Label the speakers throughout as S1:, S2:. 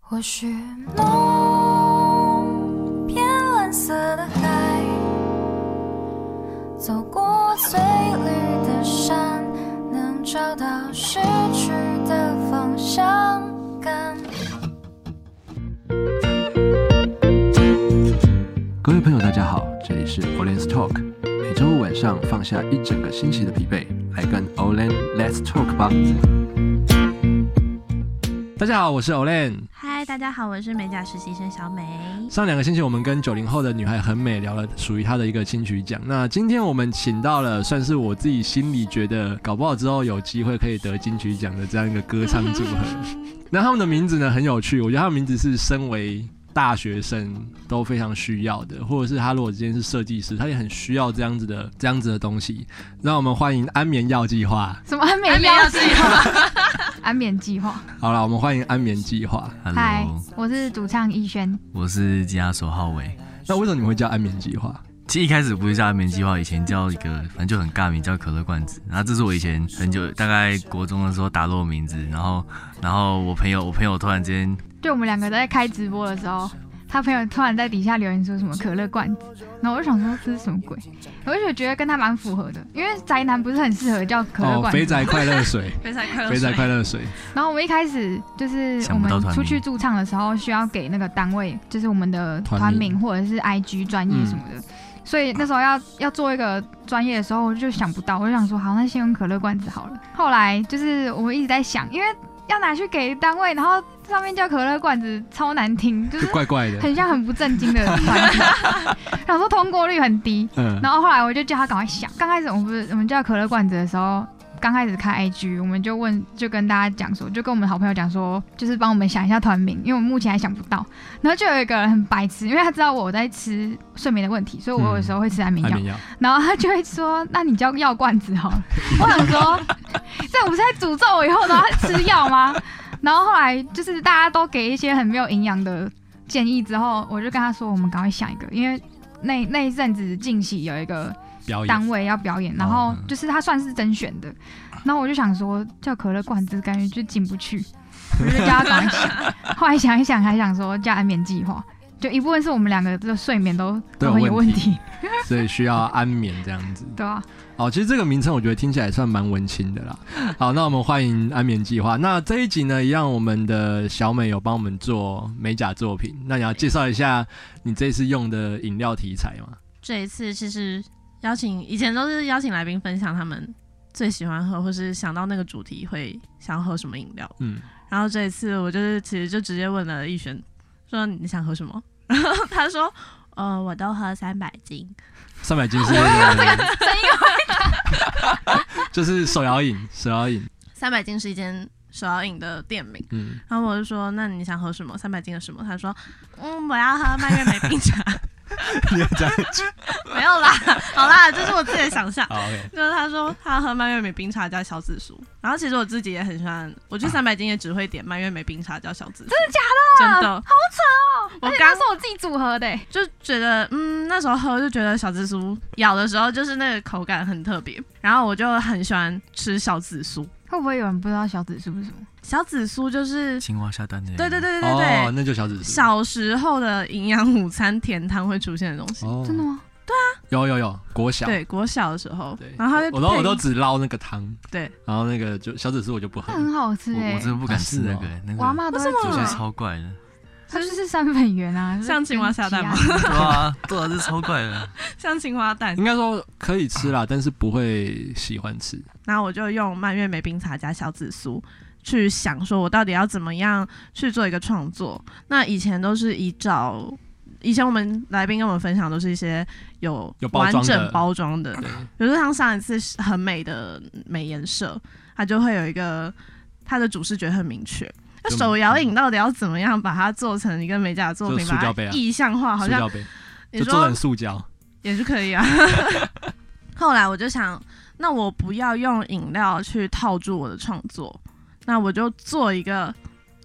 S1: 或许梦变蓝色的海，走过翠绿的山，能找到失去的方向感。
S2: 各位朋友，大家好，这里是 Olen's Talk，每周五晚上放下一整个星期的疲惫，来跟 Olen Let's Talk 吧。大家好，我是 Olen。
S3: 嗨，大家好，我是美甲实习生小美。
S2: 上两个星期，我们跟九零后的女孩很美聊了属于她的一个金曲奖。那今天我们请到了，算是我自己心里觉得搞不好之后有机会可以得金曲奖的这样一个歌唱组合。那他们的名字呢很有趣，我觉得他们名字是身为大学生都非常需要的，或者是他如果今天是设计师，他也很需要这样子的这样子的东西。让我们欢迎安眠药计划。
S4: 什么安眠药计划？ 安眠计划。
S2: 好了，我们欢迎安眠计划。
S4: 嗨
S5: Hello，，
S4: 我是主唱逸轩。
S5: 我是吉他手浩伟。
S2: 那为什么你会叫安眠计划？
S5: 其实一开始不是叫安眠计划，以前叫一个反正就很尬名叫可乐罐子。然后这是我以前很久大概国中的时候打落的名字，然后然后我朋友我朋友突然间
S4: 就我们两个在开直播的时候，他朋友突然在底下留言说什么可乐罐子，然后我就想说这是什么鬼，我就觉得跟他蛮符合的，因为宅男不是很适合叫可乐
S2: 哦，
S4: 罐子。
S2: 肥宅快乐水，
S3: 肥仔快乐
S2: 肥宅快
S3: 乐。
S2: 乐水。
S4: 然后我们一开始就是我
S5: 想不
S4: 们
S5: 到团名
S4: 出去驻唱的时候，需要给那个单位，就是我们的团名或者是 IG 专业什么
S5: 嗯
S4: 的。所以那时候要要做一个专业的时候，我就想不到，我就想说好，那先用可乐罐子好了。后来就是我们一直在想，因为要拿去给单位，然后上面叫可乐罐子，超难听，就是
S2: 就 怪怪的。
S4: 很像很不正经的团体。 然后说通过率很低，
S2: 嗯，
S4: 然后后来我就叫他赶快想。刚开始我们不是我们叫可乐罐子的时候，刚开始开 IG，我们就问，就跟大家讲说，就跟我们好朋友讲说，就是帮我们想一下团名，因为我们目前还想不到。然后就有一个人很白痴，因为他知道我在吃睡眠的问题，所以我有时候会吃安眠
S2: 安
S4: 药，
S2: 眠药，
S4: 然后他就会说：“那你叫药罐子好了。” 我想说，这不是在诅咒我以后都要吃药吗？ 然后后来就是大家都给一些很没有营养的建议之后，我就跟他说：“我们赶快想一个，因为那那一阵子近期有一个
S2: 表演
S4: 单位要表
S2: 哦
S4: 演，然后
S2: 嗯
S4: 就是他算是甄选的，然后我就想说叫可乐罐子感觉就进不 去，我就叫他赶快想，后来想一想还想说叫安眠计划，就一部分是我们两个的睡眠都
S2: 都有
S4: 都很有
S2: 问
S4: 问
S2: 题
S4: 题，
S2: 所以需要安眠这样子。
S4: 对啊？
S2: 哦，其实这个名称我觉得听起来算蛮文青的啦。好，那我们欢迎安眠计划。那这一集呢，一样我们的小美有帮我们做美甲作品。那你要介绍一下你这次用的饮料题材吗？
S3: 这一次其实邀请以前都是邀请来宾分享他们最喜欢喝，或是想到那个主题会想要喝什么饮料。
S2: 嗯，
S3: 然后这一次我就是其实就直接问了逸轩，说你想喝什么？ 然后他说。呃，我都喝三百斤，
S2: 三百斤 是那个， 就是手摇饮，手摇饮。
S3: 三百斤是一间手摇饮的店名。
S2: 嗯，
S3: 然后我就说，那你想喝什么？三百斤的什么？他说，嗯，我要喝蔓越莓冰茶。
S2: 你要这样
S3: 没有啦，好啦，这是我自己的想象。
S2: 好，OK，
S3: 就是他说他喝蔓越莓冰茶加小紫苏，然后其实我自己也很喜欢，我
S2: 啊
S3: 去三百斤也只会点蔓越莓冰茶加小紫苏，真的假的？真的，
S4: 好扯哦！
S3: 我
S4: 而且
S3: 刚
S4: 那是我自己组合的欸，
S3: 就觉得嗯，那时候喝就觉得小紫苏咬的时候就是那个口感很特别，然后我就很喜欢吃小紫苏，
S4: 会不会有人不知道小指数是什么？
S3: 小紫苏就是
S5: 青蛙下蛋的，
S3: 对对对对对对，
S2: 哦，那就小指数。
S3: 小时候的营养午餐甜汤会出现的东西，
S2: 哦
S4: 真的吗？
S2: 有有有，国小。
S3: 对，国小的时候
S2: 对，，
S3: 然后它就
S2: 我都我
S3: 配
S2: 都只捞那个汤，
S3: 对，
S2: 然后那个就小指数我就不喝
S4: 那。很好吃
S5: 我
S4: 哎
S5: 我真，的不敢吃那个
S2: 啊，
S5: 那
S4: 我阿
S5: 个
S4: 妈都会
S3: 为什
S5: 我
S3: 么
S4: 煮
S5: 觉得
S4: 欸，
S5: 超怪的，
S4: 它就是三粉圆啊，
S3: 像青蛙下蛋吗
S4: 跟鸡啊
S5: 对 啊，对啊，这超怪的。
S3: 像青蛙蛋，
S2: 应该说可以吃啦，但是不会喜欢吃。
S3: 然后我就用蔓越莓冰茶加小紫苏去想，说我到底要怎么样去做一个创作。那以前都是依照。以前我们来宾跟我们分享都是一些有
S2: 有包
S3: 完
S2: 装的
S3: 整包装的，
S2: 对，
S3: 比如说像上一次很美的美颜社，它就会有一个它的主视觉很明确。那
S2: 就嗯
S3: 手摇饮到底要怎么样把它做成一个美甲作
S2: 就
S3: 品，
S2: 塑
S3: 把
S2: 胶杯啊
S3: 它意象化？好
S2: 塑
S3: 像
S2: 胶杯
S3: 你
S2: 就做
S3: 说
S2: 成塑胶，
S3: 也是可以啊。后来我就想，那我不要用饮料去套住我的创作，那我就做一个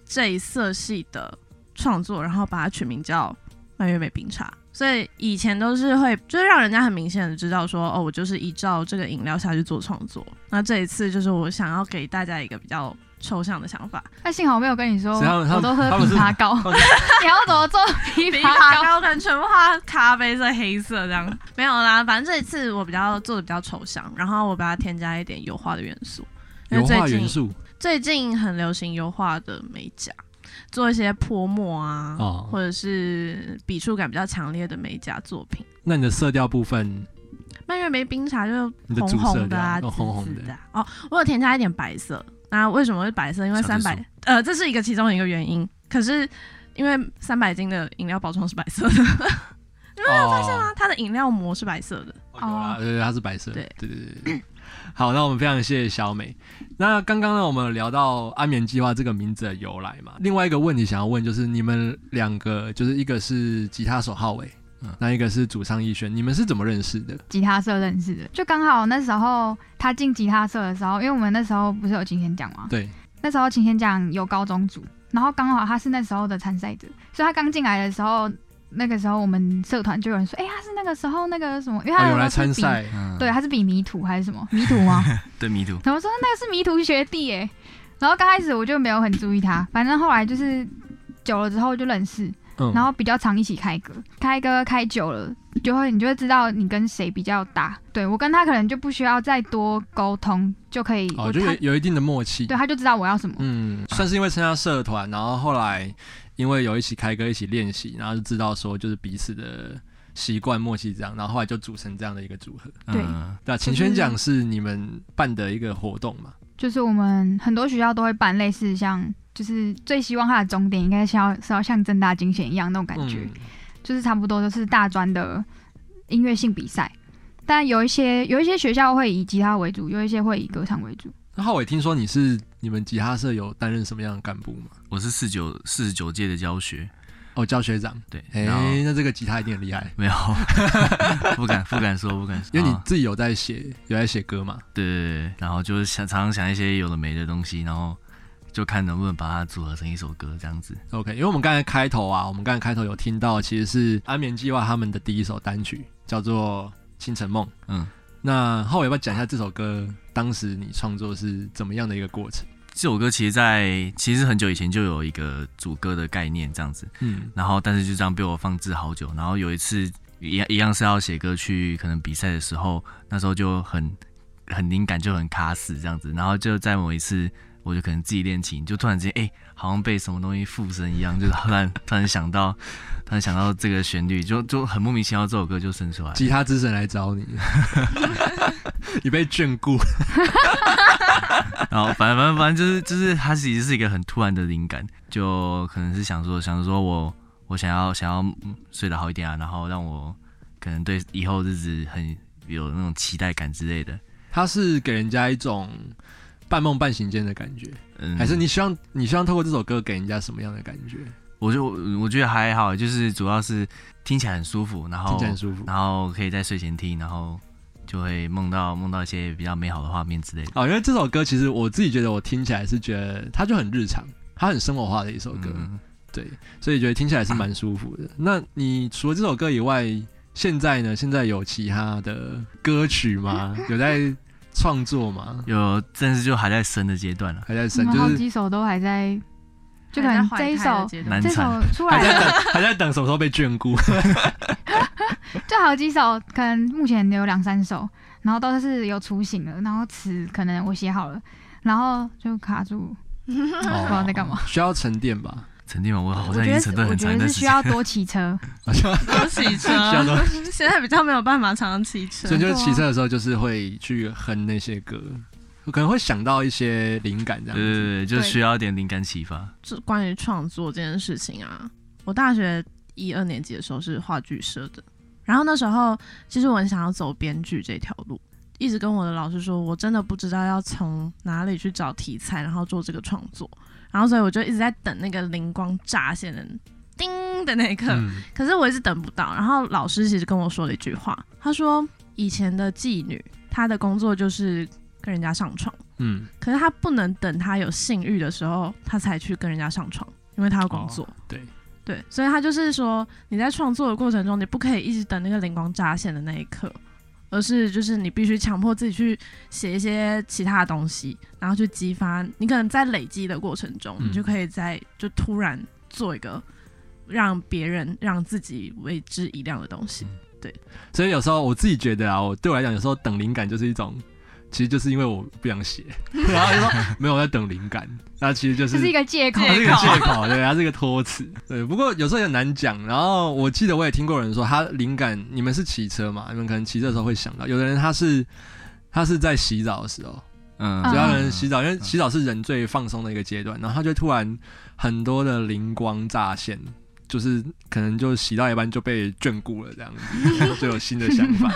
S3: 这一色系的创作，然后把它取名叫蔓越莓冰茶。所以以前都是会，就是让人家很明显的知道说，哦，我就是依照这个饮料下去做创作。那这一次就是我想要给大家一个比较抽象的想法。
S4: 那幸好没有跟你说，
S2: 所以他们他
S4: 我
S2: 们
S4: 都喝
S2: 他们
S4: 枇
S2: 是
S4: 杷膏。
S2: 他们
S4: 你要怎么做枇
S3: 枇
S4: 杷
S3: 杷
S4: 膏？
S3: 膏可能全部画咖啡色、黑色这样，没有啦。反正这一次我比较做的比较抽象，然后我把它添加一点油画的元素。因为
S2: 油
S3: 最
S2: 画
S3: 近
S2: 元素
S3: 最近很流行油画的美甲，做一些泼墨啊，
S2: 哦
S3: 或者是笔触感比较强烈的美甲作品。
S2: 那你的色调部分，
S3: 蔓越莓冰茶就
S2: 你的
S3: 红
S2: 主色
S3: 红的啊，
S2: 调哦
S3: 紫
S2: 红红
S3: 紫
S2: 的
S3: 的啊、哦，我有添加一点白色。那为什么会白色？因为
S5: 小
S3: 三
S5: 紫
S3: 百
S5: 薯
S3: 呃，这是一个其中一个原因。可是因为三百斤的饮料包装是白色的，
S2: 没有发现
S3: 那？它的饮料膜是白色的。
S2: 哦有啦，对对，它是白色的。对
S3: 对
S2: 对对对。 好，那我们非常谢谢小美。那刚刚呢，我们有聊到“安眠计划”这个名字的由来嘛？另外一个问题想要问就是，你们两个就是一个是吉他手浩伟，
S5: 嗯
S2: 那一个是主唱逸轩，你们是怎么认识的？
S4: 吉他社认识的，就刚好那时候他进吉他社的时候，因为我们那时候不是有金钱奖吗？
S2: 对，
S4: 那时候晴天奖有高中组，然后刚好他是那时候的参赛者，所以他刚进来的时候，那个时候我们社团就有人说，哎、他是那个时候那个什么，因为他
S2: 啊，
S4: 那
S2: 有
S4: 时
S2: 来
S4: 候是
S2: 参
S4: 比，
S2: 赛，
S5: 嗯，
S4: 对，他是比迷途还是什么 迷途吗？
S5: 对迷途，
S4: 然后说那个是迷途学弟哎，然后刚开始我就没有很注意他，反正后来就是久了之后就认识，
S2: 嗯，
S4: 然后比较常一起开歌，开歌开久了，就会你就会知道你跟谁比较搭。对我跟他可能就不需要再多沟通就可以，
S2: 哦，
S4: 我
S2: 就
S4: 他
S2: 有有一定的默契。
S4: 对他就知道我要什么。
S2: 嗯，算是因为参加社团，然后后来因为有一起开歌、一起练习，然后就知道说就是彼此的习惯默契这样，然后后来就组成这样的一个组合。
S4: 对
S5: 嗯
S2: 对啊，晴轩奖是你们办的一个活动嘛？
S4: 就是我们很多学校都会办类似像，就是最希望它的终点应该是要是要像正大精选一样那种感觉，
S2: 嗯
S4: 就是差不多都是大专的音乐性比赛。但有一些有一些学校会以吉他为主，有一些会以歌唱为主。
S2: 那浩伟听说你是你们吉他社有担任什么样的干部吗？
S5: 我是四九四十九届的教学，
S2: 哦，教学长。啊
S5: 对，
S2: 哎、
S5: 然后
S2: 那这个吉他一定很厉害，
S5: 没有， 不敢不敢说不敢说，
S2: 因为你
S5: 啊
S2: 自己有在写，有在写歌嘛？
S5: 对对对，对然后就是想常常想一些有的没的东西，然后就看能不能把它组合成一首歌这样子。
S2: OK，因为我们刚才开头啊，我们刚才开头有听到，其实是安眠计划他们的第一首单曲，叫做《清晨梦》。
S5: 嗯，
S2: 那浩伟要不要讲一下这首歌当时你创作是怎么样的一个过程？
S5: 这首歌其实在，其实很久以前就有一个主歌的概念这样子，
S2: 嗯，
S5: 然后但是就这样被我放置好久。然后有一次一样一样是要写歌去可能比赛的时候，那时候就很很灵感就很卡死这样子。然后就在某一次，我就可能自己练琴，就突然之间哎、好像被什么东西附身一样，就是突然突然想到，突然想到这个旋律，就就很莫名其妙，这首歌就生出来了。
S2: 吉他之神来找你， 你被眷顾。
S5: 然后反正反正反正就是就是它其实是一个很突然的灵感，就可能是想说想说我我想要想要嗯睡得好一点啊，然后让我可能对以后日子很有那种期待感之类的。
S2: 它是给人家一种半梦半醒间的感觉，
S5: 嗯，
S2: 还是你希望你希望透过这首歌给人家什么样的感觉？
S5: 我就我觉得还好，就是主要是听起来很舒服，然
S2: 听
S5: 后
S2: 起来很舒服。
S5: 然后可以在睡前听，然后就会梦到梦到一些比较美好的画面之类的。
S2: 哦，因为这首歌其实我自己觉得，我听起来是觉得它就很日常，它很生活化的一首歌，
S5: 嗯，
S2: 对，所以觉得听起来是蛮舒服 的。那你除了这首歌以外，现在呢？现在有其他的歌曲吗？ 有在创作吗？
S5: 有，但是就还在生的阶段啊了、
S2: 还在
S4: 我
S2: 生，
S4: 们
S2: 就
S4: 好
S2: 是
S4: 几首都还在，就可
S3: 还在
S4: 能
S3: 怀
S4: 这一
S3: 胎
S4: 首
S3: 的阶段
S5: 难
S4: 这
S5: 产
S4: 首出
S2: 还
S4: 来
S2: 在
S4: 了，
S2: 等，还在等什么时候被眷 顾。
S4: 就好几首，可能目前有两三首，然后都是有雏形了，然后词可能我写好了，然后就卡住，
S2: 哦
S4: 不知道在干嘛。
S2: 需要沉淀吧？
S5: 沉淀嘛，
S2: 哦
S5: 我好
S4: 我
S5: 像已
S4: 觉
S5: 经
S4: 得
S5: 沉
S4: 是
S5: 淀
S4: 我
S5: 很长
S4: 觉
S5: 一
S4: 得是
S5: 段时
S4: 需
S5: 间。
S4: 要多骑车，
S2: 好像
S3: 多骑车
S2: 像都，
S3: 现在比较没有办法常常骑车
S2: 所以。就是骑车的时候，就是会去哼那些歌，可能会想到一些灵感这
S5: 对
S2: 样
S5: 对
S2: 子。
S5: 对，就
S4: 对
S5: 需要一点灵感启发。
S3: 就关于创作这件事情啊，我大学一二年级的时候是话剧社的，然后那时候其实我很想要走编剧这条路，一直跟我的老师说，我真的不知道要从哪里去找题材，然后做这个创作，然后所以我就一直在等那个灵光乍现的叮的那一刻，
S2: 嗯，
S3: 可是我一直等不到。然后老师其实跟我说了一句话，他说以前的妓女，她的工作就是跟人家上床。
S2: 嗯，
S3: 可是她不能等她有性欲的时候，她才去跟人家上床，因为她要工作。
S2: 哦对，
S3: 对，所以她就是说，你在创作的过程中，你不可以一直等那个灵光乍现的那一刻，而是就是你必须强迫自己去写一些其他的东西，然后去激发你可能在累积的过程中，
S2: 嗯
S3: 你就可以在就突然做一个让别人让自己为之一亮的东西。
S2: 嗯所以有时候我自己觉得啊，我对我来讲，有时候等灵感就是一种，其实就是因为我不想写，然后就说没有我在等灵感，那其实就
S4: 这
S2: 是
S4: 是一个借口
S2: 它。是一个借口，对，它是一个托词。对，不过有时候也难讲。然后我记得我也听过有人说，他灵感，你们是骑车嘛？你们可能骑车的时候会想到，有的人他是他是在洗澡的时候，
S5: 嗯，
S4: 嗯
S2: 只要人洗澡，因为洗澡是人最放松的一个阶段，然后他就突然很多的灵光乍现，就是可能就洗到一半就被眷顾了这样子，就有新的想 法。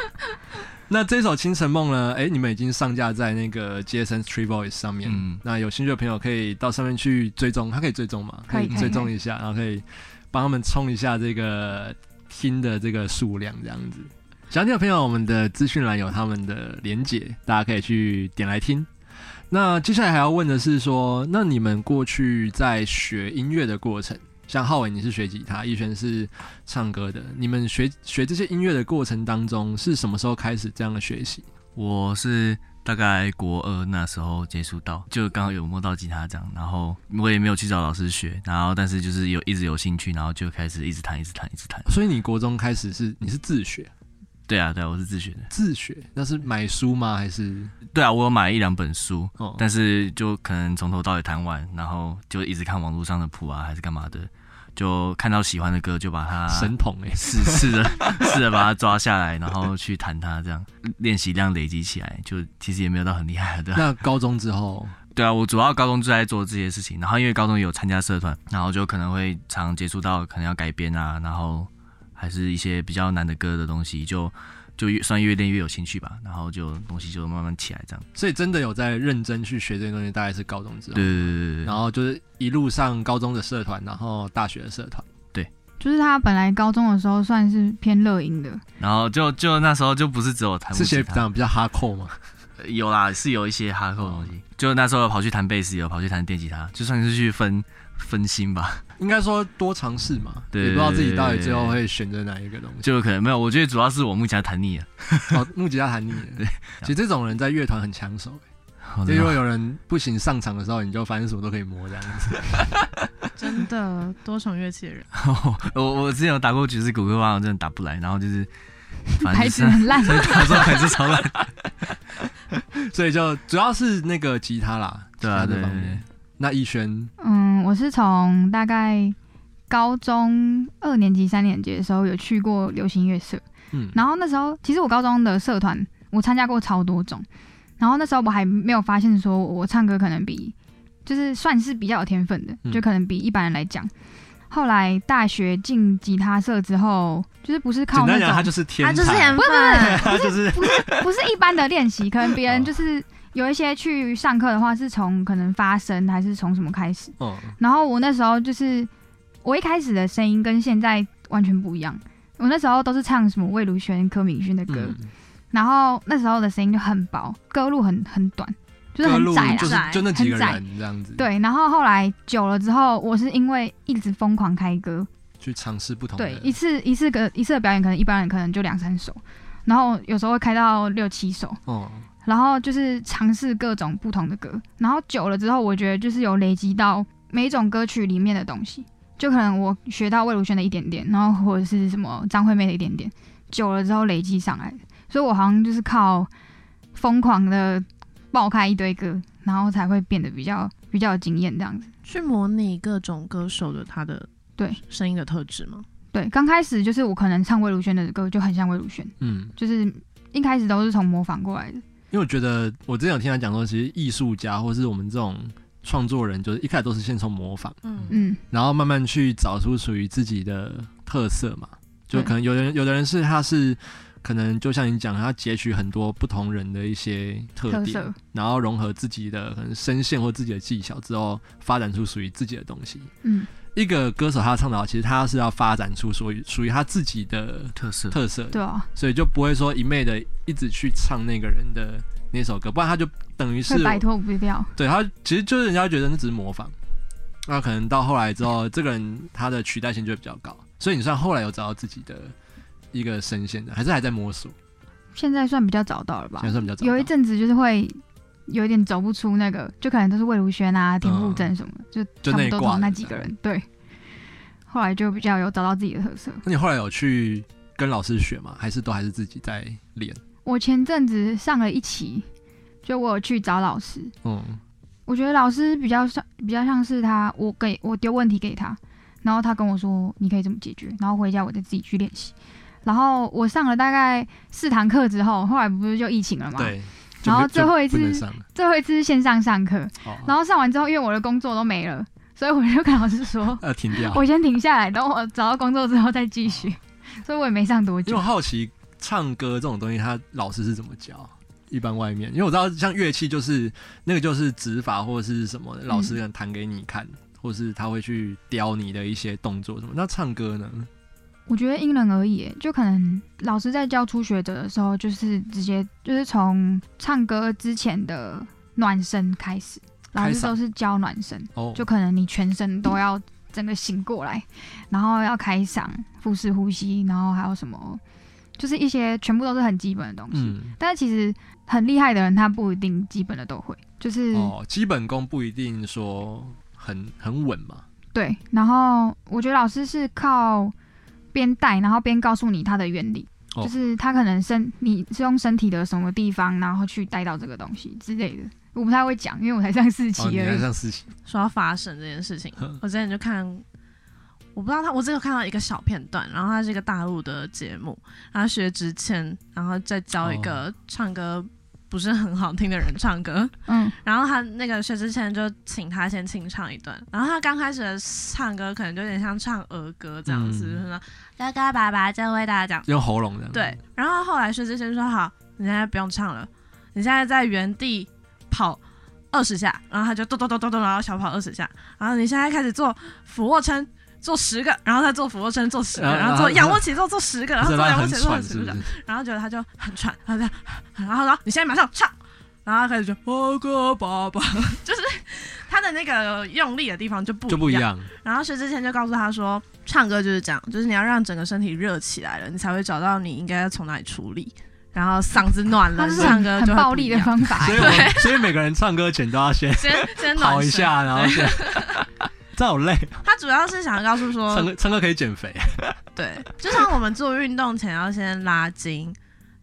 S2: 那这首《清晨梦》呢？哎、你们已经上架在那个 Jason Tree Voice 上面，
S5: 嗯
S2: 那有兴趣的朋友可以到上面去追踪，他可以追踪吗？
S4: 可以可以
S2: 追踪一下，然后可以帮他们冲一下这个听的这个数量，这样子。想听的朋友，我们的资讯栏有他们的连结，大家可以去点来听。那接下来还要问的是说，那你们过去在学音乐的过程，像浩伟你是学吉他，逸轩是唱歌的，你们学学这些音乐的过程当中，是什么时候开始这样的学习？
S5: 我是大概国二那时候接触到，就刚好有摸到吉他这样，然后我也没有去找老师学，然后但是就是有一直有兴趣，然后就开始一直弹，一直弹，一直弹。
S2: 所以你国中开始是你是自学，
S5: 对啊，对啊，我是自学的。
S2: 自学那是买书吗？还是
S5: 对啊，我有买一两本书，
S2: 哦？
S5: 但是就可能从头到尾弹完，然后就一直看网络上的谱啊，还是干嘛的，就看到喜欢的歌就把它
S2: 神童哎、
S5: 试试着 试着把它抓下来，然后去弹它，这样练习量累积起来，就其实也没有到很厉害的。对啊
S2: 那高中之后，
S5: 对啊，我主要高中就在做这些事情，然后因为高中有参加社团，然后就可能会常接触到可能要改编啊，然后还是一些比较难的歌的东西，就就越算越练越有兴趣吧，然后就东西就慢慢起来这样。
S2: 所以真的有在认真去学这些东西，大概是高中之后
S5: 对。对对对对
S2: 然后就是一路上高中的社团，然后大学的社团，
S4: 就是他本来高中的时候算是偏乐音的，
S5: 然后就就那时候就不是只有弹
S2: 是
S5: 木
S2: 学
S5: 吉
S2: 比
S5: 他，
S2: 较比较哈扣嘛。
S5: 呃有啦，是有一些哈扣的东西。
S2: 哦
S5: 就那时候有跑去弹贝斯，有跑去弹电吉他，就算是去分分心吧。
S2: 应该说多尝试嘛，
S5: 对
S2: 也不知道自己到底最后会选择哪一个东西。
S5: 就可能没有，我觉得主要是我木吉他弹腻了。
S2: 哦，木吉他喊你，
S5: 对
S2: 其实这种人在乐团很抢手、
S5: 我
S2: 就
S5: 真
S2: 如
S5: 的
S2: 果有人不行上场的时候，你就反正什么都可以摸这样子。
S3: 真
S2: 呃
S3: 的，多重乐器的人，
S5: 我我之前有打过爵士鼓，可是我好像真的打不来，然后就是反正
S4: 牌
S5: 就
S4: 子
S5: 是
S4: 很烂。
S5: 打出来还是超烂。
S2: 所以就主要是那个吉他啦，
S5: 对啊
S2: 吉他这方
S5: 对对
S2: 面
S5: 对。
S2: 那逸轩，
S4: 嗯，我是从大概高中二年级、三年级的时候有去过流行乐社，
S2: 嗯，
S4: 然后那时候其实我高中的社团我参加过超多种，然后那时候我还没有发现说我唱歌可能比就是算是比较有天分的，
S2: 嗯
S4: 就可能比一般人来讲。后来大学进吉他社之后，就是不是靠
S2: 简
S4: 那
S2: 单讲，
S4: 种
S2: 他就是天
S3: 啊，
S2: 才，
S3: 就是很
S4: 不是
S3: 笨，
S2: 他就是
S4: 不是不是一般的练习，可能别
S2: 哦
S4: 人就是有一些去上课的话，是从可能发声还是从什么开始。
S2: 嗯，
S4: 然后我那时候就是我一开始的声音跟现在完全不一样，我那时候都是唱什么魏如萱、柯敏勋的歌，
S2: 嗯
S4: 然后那时候的声音就很薄，歌路很很短，就是
S2: 各
S4: 很
S2: 路
S4: 窄啦。
S2: 就是
S3: 窄
S2: 就那几个
S4: 很窄
S2: 人这样子，，
S4: 对，然后后来久了之后，我是因为一直疯狂开歌，
S2: 去尝试不同的
S4: 对，一次一次个一次的表演，可能一般人可能就两三首，然后有时候会开到六七首，
S2: 哦，
S4: 然后就是尝试各种不同的歌，然后久了之后，我觉得就是有累积到每一种歌曲里面的东西，就可能我学到魏如萱的一点点，然后或者是什么张惠妹的一点点，久了之后累积上来的，所以我好像就是靠疯狂的爆开一堆歌，然后才会变得比较比较有经验这样子。
S3: 去模拟各种歌手的他的
S4: 对
S3: 声音的特质吗？
S4: 对，刚开始就是我可能唱魏如萱的歌就很像魏如萱，
S2: 嗯，
S4: 就是一开始都是从模仿过来的。
S2: 因为我觉得我之前有听他讲说，其实艺术家或是我们这种创作人，就是一开始都是先从模仿，
S3: 嗯，
S4: 嗯，
S2: 然后慢慢去找出属于自己的特色嘛。就
S4: 对
S2: 可能有的人，有的人是他是可能就像你讲，他截取很多不同人的一些特
S4: 特
S2: 点，
S4: 色，
S2: 然后融合自己的可能声线或自己的技巧之后，发展出属于自己的东西。
S4: 嗯，
S2: 一个歌手他唱得好，其实他是要发展出属于属于他自己的
S5: 特色，
S2: 特色的
S4: 对啊，
S2: 所以就不会说一昧的一直去唱那个人的那首歌，不然他就等于是
S4: 会摆脱不掉。
S2: 对他其实就是人家觉得那只是模仿，那可能到后来之后，这个人他的取代性就会比较高，所以你算后来有找到自己的一个声线的，还是还在摸索？
S4: 现在算比较早到了吧
S2: 现在？算比较早到。
S4: 有一阵子就是会有一点走不出那个，就可能都是魏如萱啊、田馥甄什么的，就
S2: 嗯就
S4: 差
S2: 那
S4: 不
S2: 一
S4: 多
S2: 挂
S4: 都
S2: 的
S4: 那几个人。对，后来就比较有找到自己的特色。
S2: 那你后来有去跟老师学吗？还是都还是自己在练？
S4: 我前阵子上了一期，就我有去找老师，
S2: 嗯，
S4: 我觉得老师比较像比较像是他，我给我丢问题给他，然后他跟我说你可以怎么解决，然后回家我再自己去练习。然后我上了大概四堂课之后，后来不是就疫情了嘛，
S2: 对。就
S4: 然后
S2: 没
S4: 最后一
S2: 就不能
S4: 次
S2: 上了，
S4: 最后一次是线上上课，
S2: 哦，
S4: 然后上完之后，因为我的工作都没了，所以我就跟老师说
S2: 呃停掉。
S4: 我先停下来，等我找到工作之后再继续。所以我也没上多
S2: 因为
S4: 久
S2: 我，好奇唱歌这种东西，他老师是怎么教？一般外面，因为我知道像乐器就是那个就是指法或者是什么，老师可能弹给你看，或是他会去雕你的一些动作什么。那唱歌呢？
S4: 我觉得因人而异耶，就可能老师在教初学者的时候，就是直接就是从唱歌之前的暖身开始，
S2: 开嗓
S4: 老师都是教暖身，
S2: 哦，
S4: 就可能你全身都要整个醒过来，然后要开嗓、腹式呼吸，然后还有什么，就是一些全部都是很基本的东西。
S2: 嗯
S4: 但是其实很厉害的人，他不一定基本的都会，
S3: 嗯
S4: 就是、
S2: 哦，基本功不一定说很很稳嘛。
S4: 对。然后我觉得老师是靠边带，然后边告诉你它的原理，
S2: 哦
S4: 就是他可能身你是用身体的什么地方，然后去带到这个东西之类的。我不太会讲，因为我才上四期
S2: 哦，你
S4: 而
S2: 看
S4: 已。
S2: 像思琪，
S3: 说到发绳这件事情，我之前就看，我不知道他，我只有看到一个小片段，然后他是一个大陆的节目，然后薛之谦，然后再教一个唱歌不是很好听的人唱歌，
S4: 嗯，
S3: 然后他那个薛之谦就请他先清唱一段，然后他刚开始的唱歌可能就有点像唱儿歌这样子，
S2: 嗯
S3: 就是说嘎嘎巴巴就为大家讲，
S2: 用喉咙的。
S3: 对，，然后后来薛之谦说好，你现在不用唱了，你现在在原地跑二十下，然后他就咚咚咚咚咚，然后小跑二十下，然后你现在开始做俯卧撑。做十个，然后再做俯卧撑，做十个，
S2: 然后
S3: 然后
S2: 然后
S3: 做仰卧起坐，做十个，然
S2: 不
S3: 后
S2: 是
S3: 做
S2: 他
S3: 仰卧
S2: 很
S3: 起坐，
S2: 喘
S3: 做
S2: 是
S3: 十
S2: 不
S3: 个
S2: 是，？
S3: 然后觉得他就很喘，他这样，然后他说你现在马上唱，然后他开始就我个爸爸，就是他的那个用力的地方就嗯不
S2: 就不一
S3: 样，
S2: 样。
S3: 然后薛之谦就告诉他说，唱歌就是这样，就是你要让整个身体热起来了，你才会找到你应该要从哪里处理，然后嗓子暖了
S4: 他，是
S3: 唱
S4: 很
S3: 歌就
S4: 很
S3: 会
S4: 暴
S3: 不一
S4: 力的
S3: 样
S4: 方 法
S2: 所以
S4: 欸。
S2: 我们所以每个人唱歌前都要先
S3: 先 先暖
S2: 跑一
S3: 身。
S2: 下，然后 先，这样好累。
S3: 他主要是想告诉
S2: 唱
S3: 说，
S2: 歌唱歌可以减肥。
S3: 对，就像我们做运动前要先拉筋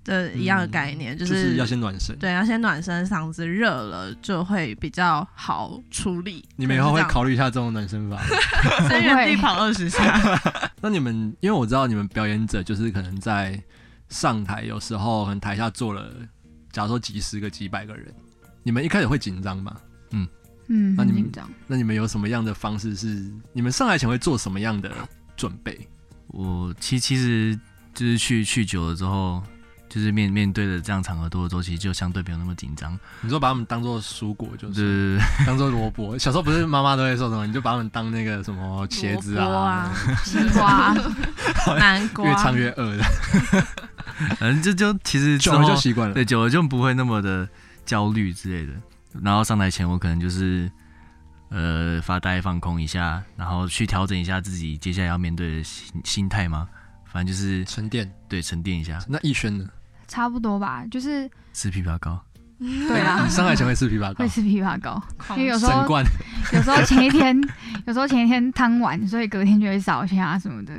S3: 的一样的概念，、
S2: 嗯就是是要先暖身。
S3: 对，要先暖身，嗓子热了就会比较好处理。
S2: 你们以后会
S3: 可
S2: 考虑一下这种暖身法。
S3: 能是这样先原地跑二十下，
S2: 那你们，因为我知道你们表演者就是可能在上台，有时候可能台下坐了，假如说几十个、几百个人，你们一开始会紧张吗？
S4: 嗯，
S2: 那
S4: 很
S2: 你们
S4: 紧张。
S2: 那你们有什么样的方式是？你们上台前会做什么样的准备？
S5: 我其其实就是去去久了之后，就是面面对的这样场合多了之后，其实就相对没有那么紧张。
S2: 你说把他们当做蔬果，就
S5: 就是是
S2: 当做萝卜。小时候不是妈妈都会说什么，你就把他们当那个什么茄子
S3: 萝卜
S2: 啊
S3: 啊，
S4: 西瓜，
S3: 南瓜。
S2: 越唱越饿的，
S5: 反正就就其实之
S2: 久了
S5: 后
S2: 就习惯了。
S5: 哦对，久了就不会那么的焦虑之类的。然后上台前，我可能就是呃发呆、放空一下，然后去调整一下自己接下来要面对的心心态嘛。反正就是
S2: 沉淀。
S5: 对沉淀一下，
S2: 那逸轩呢？
S4: 差不多吧，就是
S5: 吃枇杷膏。
S4: 对啦
S2: 啊你，上台前会吃枇杷膏
S4: 会，吃枇杷膏，因为有时
S2: 整
S4: 候
S2: 罐。
S4: 有时候前一天，有时候前一天贪玩，所以隔天就会扫一下啊什么的。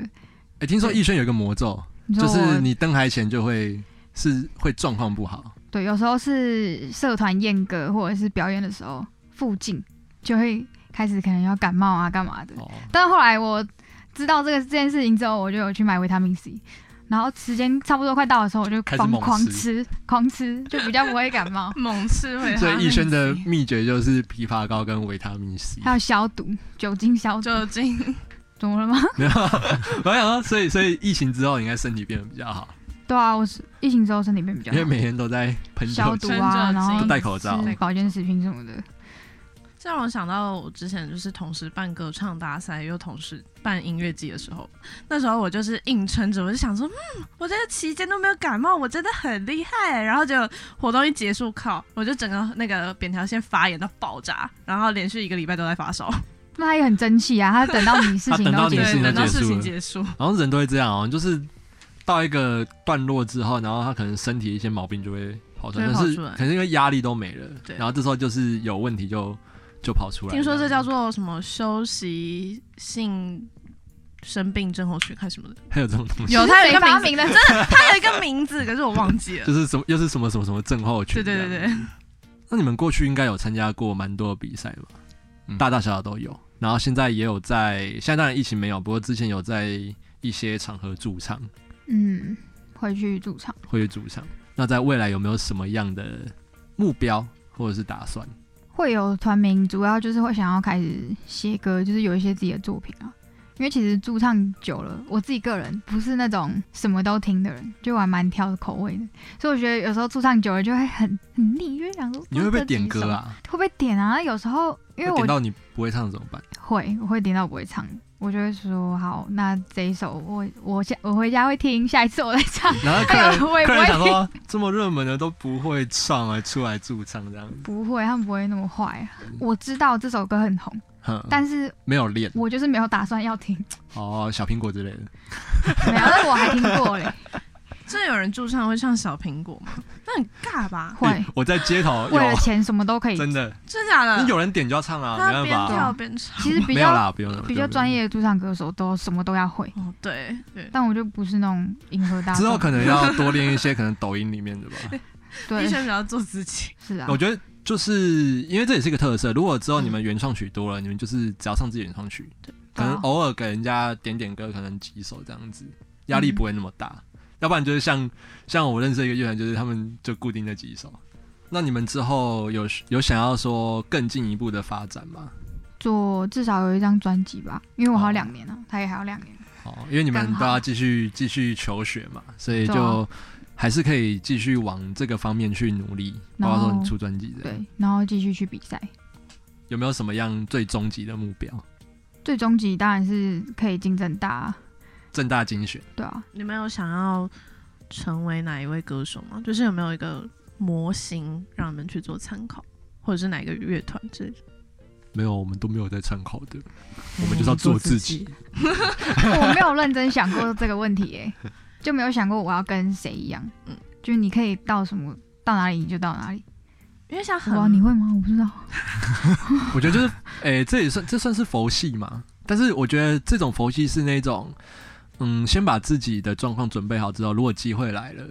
S2: 哎，听说逸轩有一个魔咒，
S4: 你说
S2: 就
S4: 我
S2: 是你登台前就会是会状况不好，
S4: 对，有时候是社团宴歌或者是表演的时候，附近就会开始可能要感冒啊干嘛的。
S2: 哦，
S4: 但后来我知道这个这件事情之后，我就有去买维他命 C，然后时间差不多快到的时候，我就
S2: 开始
S4: 狂
S2: 猛吃
S4: 狂吃狂吃，就比较不会 感冒
S3: 猛吃维
S2: 所
S3: 他
S2: 以逸
S3: 命
S2: 轩的秘诀就是枇杷膏跟维他命 C。
S4: 还有消毒，酒精消毒，
S3: 就进
S4: 怎么了吗？
S2: 没有，我想说，所以所以疫情之后，你应该身体变得比较好，
S4: 对啊，我是疫情之后身体变比较
S2: 因为
S4: 好，
S2: 每天都在喷
S4: 消
S2: 酒
S4: 毒
S2: 精，
S3: 喷
S4: 啊，
S3: 酒精
S4: 然后
S2: 都戴口罩。
S4: 吃保健食品什么的。
S3: 这让我想到我之前就是同时办歌唱大赛，又同时办音乐季的时候，那时候我就是硬撑着，我就想说，嗯，我这个期间都没有感冒，我真的很厉害。然后就活动一结束，靠，我就整个那个扁桃腺发炎到爆炸，然后连续一个礼拜都在发烧，
S4: 那他也很争气啊，他等到你事
S2: 他
S4: 情
S2: 等到
S4: 都
S2: 你
S4: 结
S2: 事
S4: 束
S2: 情都
S3: 对，等
S4: 了
S2: 结
S3: 到
S2: 束
S3: 事情
S2: 了
S3: 结束，
S2: 好像人都会这样哦，就是到一个段落之后，然后他可能身体一些毛病就会跑出来，
S3: 就会
S2: 但是
S3: 跑出来
S2: 可能因为压力都没了，
S3: 对
S2: 然后这时候就是有问题就就跑出来。
S3: 听说这叫
S2: 做
S3: 做什么休息性生病症候群还是什么的，
S2: 还有这种东西，
S3: 有它有一
S4: 谁
S3: 个
S4: 发
S3: 名字，
S4: 明的？
S3: 它有一个名字，可是我忘记 了
S2: 就。是什么又是什么什么什么症候群。
S3: 对对对对，，
S2: 那你们过去应该有参加过蛮多的比赛吧？
S5: 嗯
S2: 大大小小都有。然后现在也有在，现在当然疫情没有，不过之前有在一些场合驻唱，
S4: 嗯，回去驻场。
S2: 会去驻唱。那在未来有没有什么样的目标或者是打算？
S4: 会有团名，主要就是会想要开始写歌，就是有一些自己的作品啊。因为其实驻唱久了，我自己个人不是那种什么都听的人，就我还蛮挑口味的，所以我觉得有时候驻唱久了就会很很腻，因为想说
S2: 你会不会点
S4: 这几
S2: 歌
S4: 首？
S2: 啊？
S4: 会不会点啊？有时候因
S2: 会
S4: 为我
S2: 点到你不会唱怎么办？
S4: 会，我会点到我不会唱， 我就会说好，那这一首我我下我回家会听，下一次我再 唱。
S2: 然后客
S4: 哎
S2: 人
S4: 呦， 我也不
S2: 客人想
S4: 会听，
S2: 说，这么热门的都不会唱啊，出来驻唱这样，
S4: 不会，他们不会那么坏啊。我知道这首歌很红，
S2: 哼，
S4: 但是
S2: 没有练
S4: 我就是没有打算要听。
S2: 哦，小苹果之类的，
S4: 没有，但是我还听 过嘞，
S3: 真的有人驻唱会唱小苹果 吗？那很尬吧？
S4: 会嗯
S2: 欸 我在街头
S4: 为了
S2: 有
S4: 钱什么都可以。
S2: 真的，
S3: 真假的？
S2: 你有人点就要唱啊，
S3: 他
S2: 没
S3: 边
S2: 办法
S3: 跳
S2: 啊，
S3: 边唱。
S4: 其实比
S2: 没有
S4: 较
S2: 啦，不用了，
S4: 比较专业的驻唱歌手都什么都要会，
S3: 哦，对对，
S4: 但我就不是那种迎合大
S2: 不用。之后
S4: 众。
S2: 可能 要多练一些，可能抖音里面的吧。
S4: 对
S3: 医，生比较做自己。
S4: 是啊
S2: 我，觉得就是因为这也是一个特色。如果之后你们原创曲多了，你们就是只要唱自己原创曲，可
S4: 对
S2: 能哦
S4: 啊
S2: 偶尔给人家点点歌，可能几首这样子，压力不会那么大。
S4: 嗯
S2: 要不然就是像像我认识的一个乐团，就是他们就固定那几首。那你们之后有有想要说更进一步的发展吗？
S4: 做至少有一张专辑吧，因为我还有两年呢，他也还有两年。
S2: 哦，因为你们
S4: 刚好
S2: 都要继续继续求学嘛，所以
S4: 对
S2: 就
S4: 啊
S2: 还是可以继续往这个方面去努力，包
S4: 然后
S2: 括说你出专辑的。
S4: 对，然后继续去比赛。
S2: 有没有什么样最终极的目标？
S4: 最终极当然是可以竞争大，啊
S2: 正大精选。
S4: 对 啊，
S3: 你们有想要成为哪一位歌手吗？就是有没有一个模型让你们去做参考，或者是哪一个乐团之类的？
S2: 没有，我们都没有在参考的，我们就是要做自己。
S4: 我没有认真想过这个问题耶，就没有想过我要跟谁一样
S3: 嗯。
S4: 就是你可以到什么到哪里你就到哪里。
S3: 因为像很
S2: 嗯
S4: 哇，你会吗？我不知道。
S2: 我觉得就是， 诶、这也算这算是佛系嘛。但是我觉得这种佛系是那种，嗯，先把自己的状况准备好之后，如果机会来了，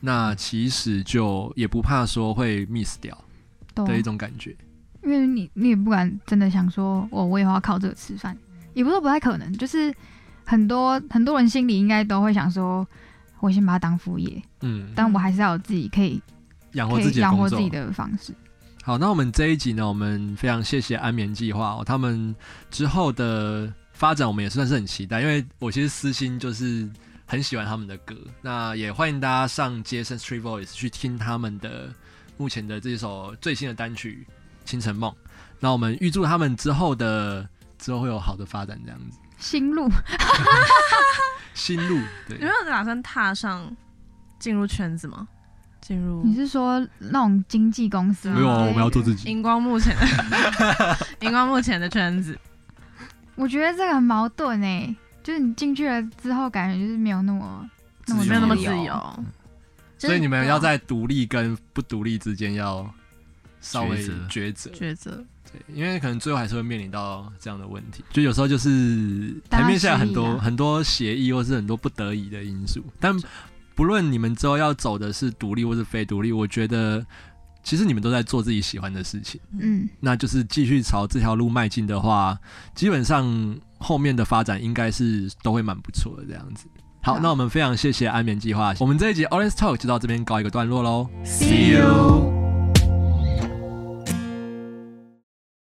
S2: 那其实就也不怕说会 miss 掉
S4: 懂啊
S2: 的一种感觉。
S4: 因为你你也不敢真的想说，哦我我以后要靠这个吃饭，也不是说不太可能，就是很多很多人心里应该都会想说，我先把它当副业，
S2: 嗯，
S4: 但我还是要有自己可以
S2: 哦养活
S4: 可
S2: 自
S4: 以
S2: 己的
S4: 养活
S2: 工
S4: 自
S2: 作
S4: 己。的方式。
S2: 好，那我们这一集呢，我们非常谢谢安眠计划、哦，他们之后的发展我们也算是很期待，因为我其实私心就是很喜欢他们的歌，那也欢迎大家上街声 Street Voice 去听他们的目前的这首最新的单曲《清晨梦》，那我们预祝他们之后的之后会有好的发展，这样子
S4: 心路
S2: 心路对
S3: 你，们有打算踏上进入圈子吗？进入
S4: 你是说那种经纪公司吗？
S2: 嗯
S4: 哎
S2: 没有啊，我们要做
S4: 己。
S2: 自己，
S3: 荧光幕前的 荧光幕前的圈子，
S4: 我觉得这个很矛盾哎、就是你进去了之后，感觉就是没有那么那么
S5: 自由
S3: 嗯没有那么自
S5: 由
S3: 由。就是
S2: 所以你们要
S3: 对啊
S2: 在独立跟不独立之间要稍微抉择，
S3: 抉择，
S2: 对，因为可能最后还是会面临到这样的问题，就有时候就是
S4: 大
S2: 台
S4: 家
S2: 面下很
S4: 协
S2: 多
S4: 议啊
S2: 很多协议，或是很多不得已的因素。但不论你们之后要走的是独立或是非独立，我觉得其实你们都在做自己喜欢的事情，
S4: 嗯，
S2: 那就是继续朝这条路迈进的话，基本上后面的发展应该是都会蛮不错的这样子。好，
S4: 好
S2: 那我们非常谢谢安眠计划，我们这一集 Orange Talk 就到这边告一个段落喽。
S5: See you。